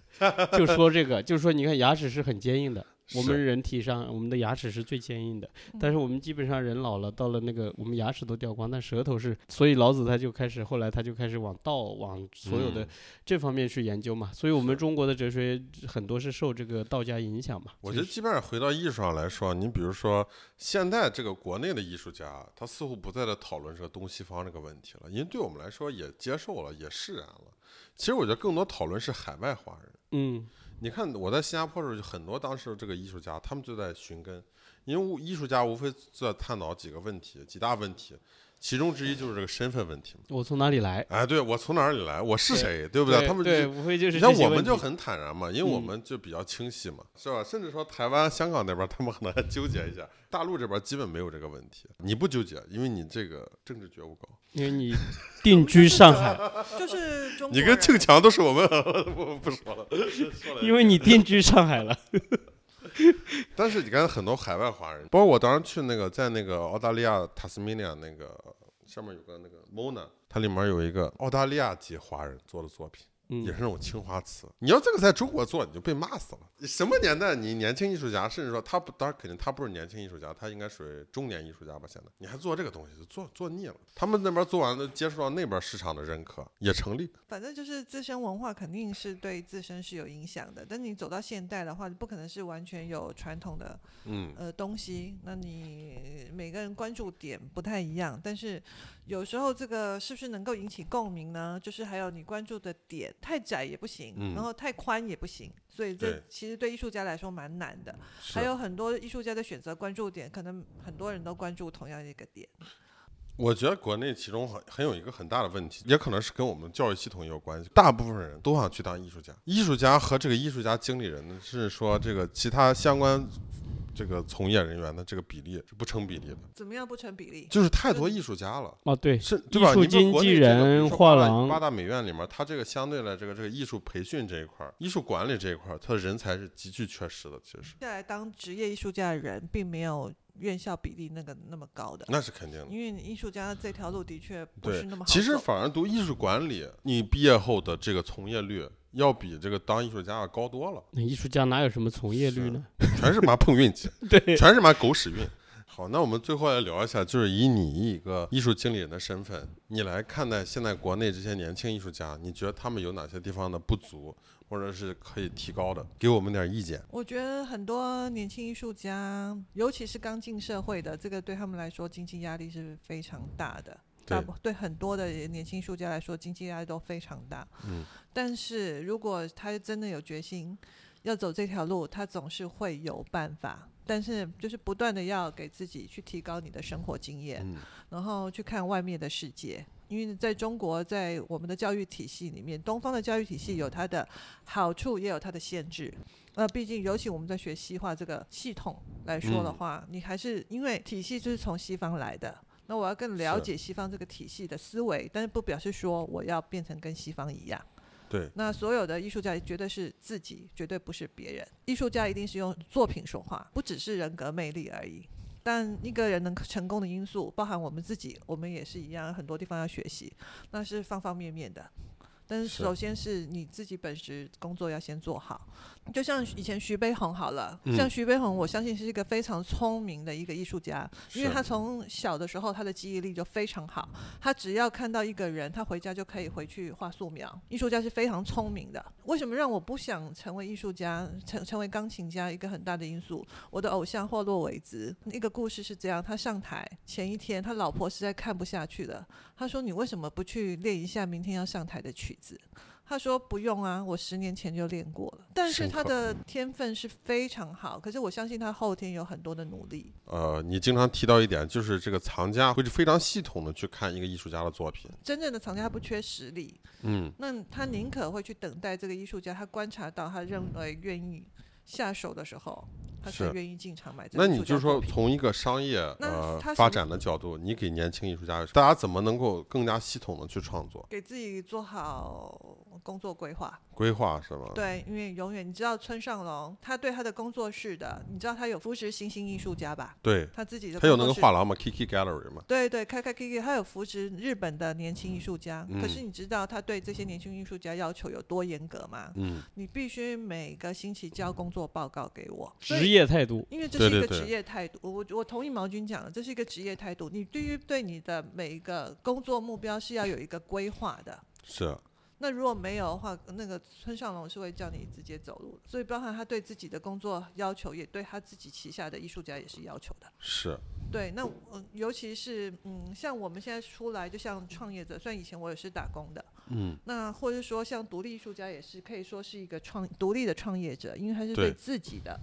S2: 就说这个，就说你看牙齿是很坚硬的，我们
S1: 是
S2: 人体上我们的牙齿是最坚硬的，但是我们基本上人老了，到了那个我们牙齿都掉光，但舌头是，所以老子他就开始后来他就开始往道往所有的
S1: 嗯
S2: 这方面去研究嘛，所以我们
S1: 是
S2: 中国的哲学很多是受这个道家影响嘛，
S1: 我
S2: 就
S1: 觉得
S2: 是
S1: 基本上回到艺术上来说，你比如说现在这个国内的艺术家，他似乎不再在讨论这个东西方这个问题了，因为对我们来说也接受了，也释然了。其实我觉得更多讨论是海外华人。
S2: 嗯
S1: 你看我在新加坡的时候，就很多当时这个艺术家，他们就在寻根，因为无艺术家无非在探讨几个问题，几大问题，其中之一就是这个身份问题嘛。
S2: 我从哪里来，
S1: 哎，对我从哪里来，我是
S2: 对
S1: 谁，对
S2: 对
S1: 不对？他们
S2: 对
S1: 就
S2: 无非就是
S1: 你像
S2: 这些
S1: 我们
S2: 问
S1: 就
S2: 题
S1: 很坦然嘛，因为我
S2: 嗯
S1: 们就比较清晰嘛，是吧？甚至说台湾、香港那边，他们可能还纠结一下，大陆这边基本没有这个问题。你不纠结，因为你这个政治觉悟高。
S2: 因为你 定居上海，
S3: 就是中国
S1: 你
S3: 人
S1: 跟庆强都是我们， 不不说了，说了
S2: 因为你定居上海了，
S1: 但是你看很多海外华人，包括我当时去那个在那个澳大利亚塔斯米尼亚那个上面有个那个 Mona，它里面有一个澳大利亚籍华人做的作品，
S2: 嗯
S1: 也是那种青花瓷。你要这个在中国做，你就被骂死了。什么年代？你年轻艺术家，甚至说他不，当然肯定他不是年轻艺术家，他应该属于中年艺术家吧？现在你还做这个东西，就做做腻了。他们那边做完了，接触到那边市场的认可也成立。
S3: 反正就是自身文化肯定是对自身是有影响的，但你走到现代的话，不可能是完全有传统的
S1: 嗯，
S3: 呃东西，那你每个人关注点不太一样，但是有时候这个是不是能够引起共鸣呢？就是还有你关注的点太窄也不行，
S1: 嗯
S3: 然后太宽也不行，所以这
S1: 对
S3: 其实对艺术家来说蛮难的。
S1: 是
S3: 还有很多艺术家的选择关注点，可能很多人都关注同样一个点。
S1: 我觉得国内其中很很有一个很大的问题，也可能是跟我们教育系统也有关系。大部分人都想去当艺术家，艺术家和这个艺术家经理人呢是说这个其他相关这个从业人员的这个比例是不成比例的，
S3: 怎么样不成比例？
S1: 就是太多艺术家了。
S2: 哦，对，
S1: 是，对吧？
S2: 艺术
S1: 你们国内
S2: 经纪
S1: 这个比
S2: 人
S1: 如说八大
S2: 画廊
S1: 八大美院里面，它这个相对来这个这个艺术培训这一块儿、艺术管理这一块儿，它的人才是急剧缺失的。其实
S3: 接下来当职业艺术家的人，并没有院校比例那个那么高的，
S1: 那是肯定的。
S3: 因为你艺术家这条路的确不
S1: 嗯
S3: 是
S1: 对
S3: 那么，好走。
S1: 其实反而读艺术管理，你毕业后的这个从业率要比这个当艺术家要高多了，
S2: 那艺术家哪有什么从业率呢？
S1: 全是啊妈碰运 气，
S2: 对，
S1: 全是妈狗屎运。好，那我们最后来聊一下，就是以你一个艺术经理人的身份，你来看待现在国内这些年轻艺术家，你觉得他们有哪些地方的不足，或者是可以提高的？给我们点意见。
S3: 我觉得很多年轻艺术家，尤其是刚进社会的，这个对他们来说经济压力是非常大的。
S1: 对
S3: 大部对很多的年轻艺术家来说，经济压力都非常大。
S1: 嗯，
S3: 但是如果他真的有决心要走这条路，他总是会有办法。但是就是不断的要给自己去提高你的生活经验，
S1: 嗯，
S3: 然后去看外面的世界。因为在中国，在我们的教育体系里面，东方的教育体系有它的好处，也有它的限制。那毕竟，尤其我们在学西化这个系统来说的
S1: 嗯
S3: 话，你还是因为体系就是从西方来的。那我要更了
S1: 是
S3: 解西方这个体系的思维，但是不表示说我要变成跟西方一样。
S1: 对，
S3: 那所有的艺术家绝对是自己，绝对不是别人。艺术家一定是用作品说话，不只是人格魅力而已。但一个人能成功的因素，包含我们自己，我们也是一样，很多地方要学习，那是方方面面的。但是
S1: 是
S3: 首先是你自己本职工作要先做好，就像以前徐悲鸿好了，
S1: 嗯
S3: 像徐悲鸿，我相信是一个非常聪明的一个艺术家，因为
S1: 是
S3: 他从小的时候他的记忆力就非常好，他只要看到一个人，他回家就可以回去画素描。艺术家是非常聪明的。为什么让我不想成为艺术家，成成为钢琴家？一个很大的因素，我的偶像霍洛维兹，一个故事是这样：他上台前一天，他老婆实在看不下去了，他说：“你为什么不去练一下明天要上台的曲子？”他说：“不用啊，我十年前就练过了。”但是
S1: 深
S3: 他
S1: 刻
S3: 的天分是非常好，可是我相信他后天有很多的努力。
S1: 呃，你经常提到一点，就是这个藏家会非常系统的去看一个艺术家的作品。
S3: 真正的藏家他不缺实力，
S1: 嗯，
S3: 那他宁可会去等待这个艺术家，他观察到他认为愿意下手的时候，他才
S1: 是
S3: 愿意进场买这个
S1: 那
S3: 艺术
S1: 你
S3: 家
S1: 就
S3: 作
S1: 说
S3: 品
S1: 从一个商业
S3: 那
S1: 呃
S3: 他什
S1: 发
S3: 么
S1: 展的角度，你给年轻艺术家，大家怎么能够更加系统的去创作
S3: 给自己做好工作规划。
S1: 规划是吗？
S3: 对，因为永远你知道村上龙，他对他的工作室的，你知道他有扶持新兴艺术家吧？
S1: 对，
S3: 他自己的
S1: 他有那
S3: 工
S1: 个
S3: 作室
S1: 画廊嘛，Kiki Gallery 嘛，
S3: 对对，开开 K K，他有扶持日本的年轻艺术家，可是
S1: 嗯
S3: 你知道他对这些年轻艺术家要求有多严格吗？
S1: 嗯，
S3: 你必须每个星期交工作报告给我。所以
S2: 职业态度，
S3: 因为这
S1: 对
S3: 是一
S1: 对
S3: 个职
S1: 对
S3: 业态度，我我同意毛军讲的，这是一个职业态度。你对于对你的每一个工作目标是要有一个规划的。
S1: 是
S3: 那如果没有的话，那个村上龙是会叫你直接走路的。所以包含他对自己的工作要求，也对他自己旗下的艺术家也是要求的。
S1: 是，
S3: 对，那嗯，尤其是嗯，像我们现在出来，就像创业者，虽然以前我也是打工的，
S1: 嗯，
S3: 那或者说像独立艺术家也是可以说是一个创独立的创业者，因为他是
S1: 对
S3: 对自己的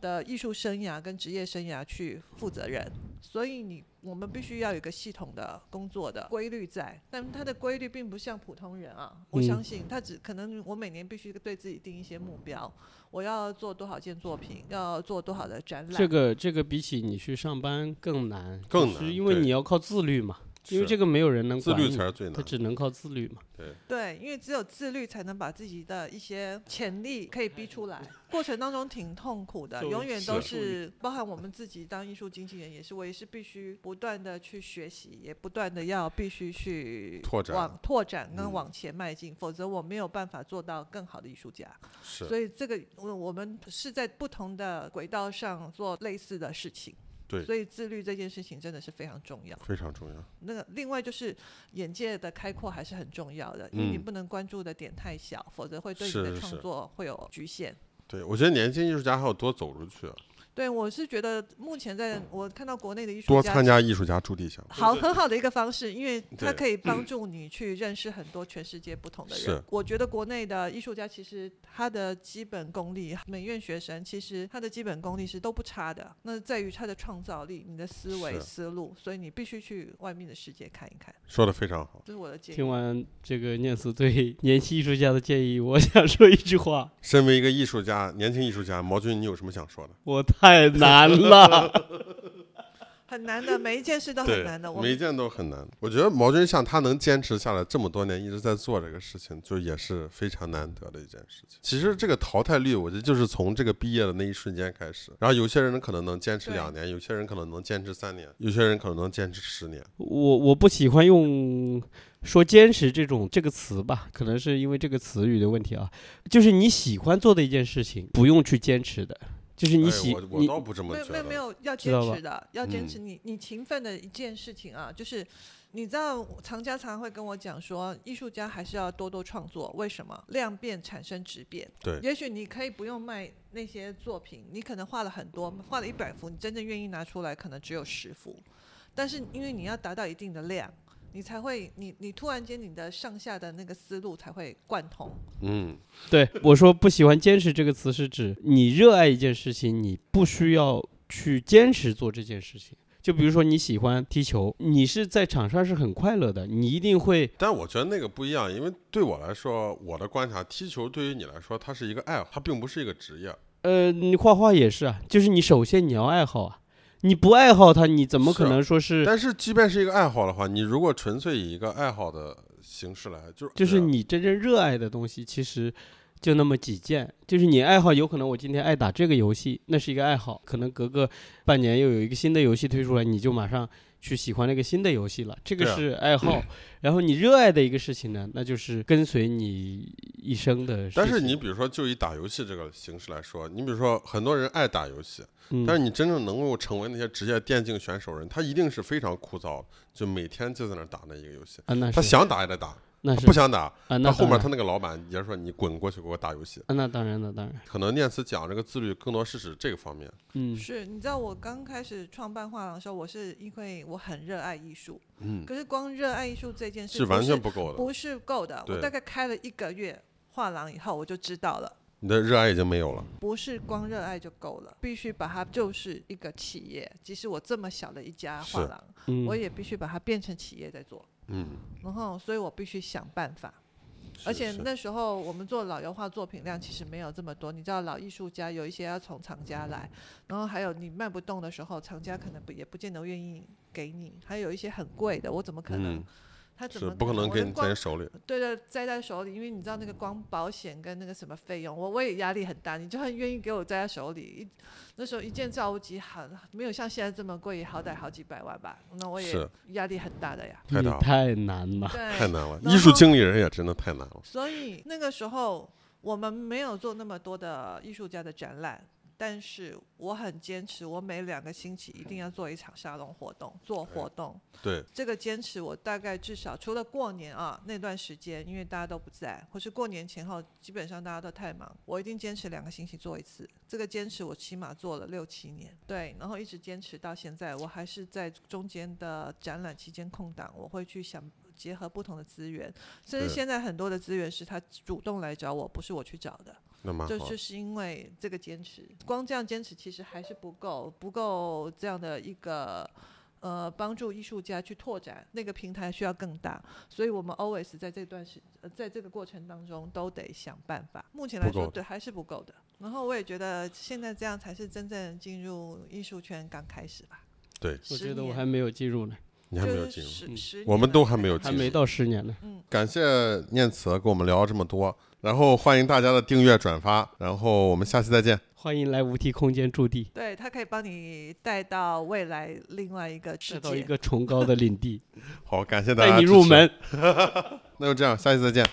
S3: 的艺术生涯跟职业生涯去负责任，所以你我们必须要有一个系统的工作的规律在，但他的规律并不像普通人啊，我
S2: 嗯
S3: 相信他只可能我每年必须对自己定一些目标，我要做多少件作品，要做多少的展览，
S2: 这个这个比起你去上班更难，
S1: 更
S2: 就
S1: 难
S2: 是因为
S1: 对
S2: 你要靠自律嘛。因为
S1: 是
S2: 这个没有人能
S1: 自
S2: 管
S1: 律
S2: 你
S1: 才是最
S2: 他
S1: 难。
S2: 只能靠自律嘛。
S3: 对，因为只有自律才能把自己的一些潜力可以逼出
S1: 哎
S3: 来，过程当中挺痛苦的，
S2: 作为
S3: 永远都
S2: 是
S3: 是包含我们自己当艺术经纪人也是，我也是必须不断的去学习，也不断的要必须去
S1: 拓展
S3: 往拓展跟
S1: 嗯
S3: 往前迈进，否则我没有办法做到更好的艺术家。
S1: 是，
S3: 所以这个我我们是在不同的轨道上做类似的事情。
S1: 对
S3: 所以自律这件事情真的是非常重要。
S1: 非常重要。
S3: 那个另外就是眼界的开阔还是很重要的，因为你
S1: 嗯
S3: 不能关注的点太小，否则会对你
S1: 是
S3: 的
S1: 是
S3: 创
S1: 是
S3: 作会有局限。
S1: 对，我觉得年轻艺术家还要多走出去，
S3: 对我是觉得目前在我看到国内的艺术
S1: 多
S3: 家
S1: 参。加艺术家助力项目。
S3: 好，很好的一个方式，因为
S1: 对
S3: 它
S1: 嗯
S3: 可以帮助你去认识很多全世界不同的人
S1: 是。
S3: 我觉得国内的艺术家其实他的基本功力，美院学生其实他的基本功力是都不差的，那在于他的创造力、你的思维、
S1: 是
S3: 思路，所以你必须去外面的世界看一看，
S1: 说的非常好。
S3: 这是我的建议
S2: 听。完这个念慈对年轻艺术家的建议，我想说一句话：
S1: 身为一个艺术家，年轻艺术家，毛军，你有什么想说的？
S2: 我太 难了。
S3: 很难的，每一件事都很难的。我
S1: 每一
S3: 们
S1: 件都很难。我觉得毛军像他能坚持下来这么多年，一直在做这个事情，就也是非常难得的一件事情。其实这个淘汰率，我觉得就是从这个毕业的那一瞬间开始。然后有些人可能能坚持
S3: 对
S1: 两年，有些人可能能坚持三年，有些人可能能坚持十年。
S2: 我我不喜欢用说坚持这种这个词吧，可能是因为这个词语的问题啊。就是你喜欢做的一件事情，不用去坚持的，就是你
S1: 哎
S2: 喜、
S1: 我我
S2: 你
S1: 倒不这么
S3: 没有
S1: 觉
S3: 没有没
S1: 得。
S3: 有要
S2: 知
S3: 坚
S2: 道吧
S3: 持的，要坚持
S1: 嗯
S3: 你你勤奋的一件事情啊，就是你知道藏家常常会跟我讲说，艺术家还是要多多创作，为什么？量变产生质变。
S1: 对
S3: 也许你可以不用卖那些作品，你可能画了很多，
S1: 嗯
S3: 画了一百幅，你真正愿意拿出来可能只有十幅，但是因为你要达到一定的量。你才会，你你突然间你的上下的那个思路才会贯通，
S1: 嗯，
S2: 对我说不喜欢坚持这个词是指你热爱一件事情，你不需要去坚持做这件事情。就比如说你喜欢踢球，你是在场上是很快乐的，你一定会
S1: 但我觉得那个不一样，因为对我来说，我的观察，踢球对于你来说，它是一个爱好，它并不是一个职业。
S2: 呃，你画画也是啊，就是你首先你要爱好啊，你不爱好它，你怎么可
S1: 是啊
S2: 能说是？
S1: 但是，即便是一个爱好的话，你如果纯粹以一个爱好的形式来，就是啊
S2: 就是你真正热爱的东西，其实就那么几件。就是你爱好，有可能我今天爱打这个游戏，那是一个爱好，可能隔个半年又有一个新的游戏推出来，你就马上去喜欢那个新的游戏了，这个
S1: 对啊
S2: 是爱好。然后你热爱的一个事情呢，那就是跟随你一生的事情。
S1: 但是你比如说，就以打游戏这个形式来说，你比如说很多人爱打游戏，
S2: 嗯，
S1: 但是你真正能够成为那些职业电竞选手人，他一定是非常枯燥，就每天就在那儿打那一个游戏。
S2: 啊，那
S1: 他
S2: 是
S1: 想打也得打，
S2: 那
S1: 他
S2: 是
S1: 不想打，
S2: 啊，那
S1: 那后面
S2: 当
S1: 他
S2: 然
S1: 那个老板也是说你滚过去给我打游戏。
S2: 啊，那当然那当然，
S1: 可能念慈讲这个自律，更多是指这个方面。
S2: 嗯，
S3: 是，你知道我刚开始创办画廊的时候，我是因为我很热爱艺术，
S1: 嗯，
S3: 可是光热爱艺术这件事
S1: 是
S3: 不
S1: 完全
S3: 不
S1: 不够的，
S3: 是够的。我
S1: 对
S3: 大概开了一个月画廊以后，我就知道了，
S1: 你的热爱已经没有了。
S3: 不是光热爱就够了，必须把它就是一个企业。即使我这么小的一家画
S1: 是
S3: 廊，
S2: 嗯
S3: 我也必须把它变成企业在做。
S1: 嗯，
S3: 然后，所以我必须想办法。而
S1: 是
S3: 且
S1: 是
S3: 那时候我们做老油画作品量其实没有这么多，你知道老艺术家有一些要从厂家来，
S1: 嗯
S3: 然后还有你卖不动的时候，厂家可能不也不见得愿意给你，还有一些很贵的，我怎么可能？
S1: 嗯
S3: 他怎
S1: 是
S3: 么
S1: 不可能
S3: 我的
S1: 给你在
S3: 光
S1: 你手里。
S3: 对对摘在手里，因为你知道那个光保险跟那个什么费用，我我也压力很大。你就很愿意给我摘在手里，一那时候一件造物集很没有像现在这么贵，好歹好几百万吧，那我也
S1: 是
S3: 压力很大的呀。
S1: 太
S2: 你
S1: 大了
S2: 太难了。
S3: 对，
S1: 太难了，
S3: 哎然
S1: 艺术
S3: 后
S1: 经理人也真的太难了。
S3: 所以那个时候我们没有做那么多的艺术家的展览，但是我很坚持，我每两个星期一定要做一场沙龙活动，做活动。
S1: 对，
S3: 这个坚持我大概至少除了过年啊那段时间，因为大家都不在，或是过年前后，基本上大家都太忙，我一定坚持两个星期做一次。这个坚持我起码做了六七年，对，然后一直坚持到现在。我还是在中间的展览期间空档，我会去想结合不同的资源，甚至
S1: 对
S3: 现在很多的资源是他主动来找我，不是我去找的。
S1: 那啊蛮好
S3: 这
S1: 的。
S3: 就是因为这个坚持，光这样坚持其实还是不够，不够这样的一个呃帮助艺术家去拓展那个平台需要更大，所以我们 always 在这段时、呃、在这个过程当中都得想办法。目前来
S1: 不
S3: 说，
S1: 够的
S3: 对还是不够的。然后我也觉得现在这样才是真正进入艺术圈刚开始吧。
S1: 对
S2: 我
S3: 十
S2: 觉得我
S3: 年
S2: 还没有进入呢。
S1: 你还没有
S3: 就
S1: 进入。
S3: 是十
S2: 嗯
S3: 十年
S1: 我们都
S3: 了
S1: 还没有
S2: 还
S1: 进
S2: 没
S1: 入
S2: 到十年呢。
S3: 嗯，
S1: 感谢念慈跟我们聊了这么多，然后欢迎大家的订阅、转发，然后我们下期再见。
S2: 欢迎来无题空间驻地，
S3: 对，它可以帮你带到未来另外一个世
S2: 来到一
S3: 界。
S2: 个崇高的领地，
S1: 好，感谢大家
S2: 哎带你
S1: 支
S2: 入
S1: 持
S2: 门。
S1: 那就这样，下期再见。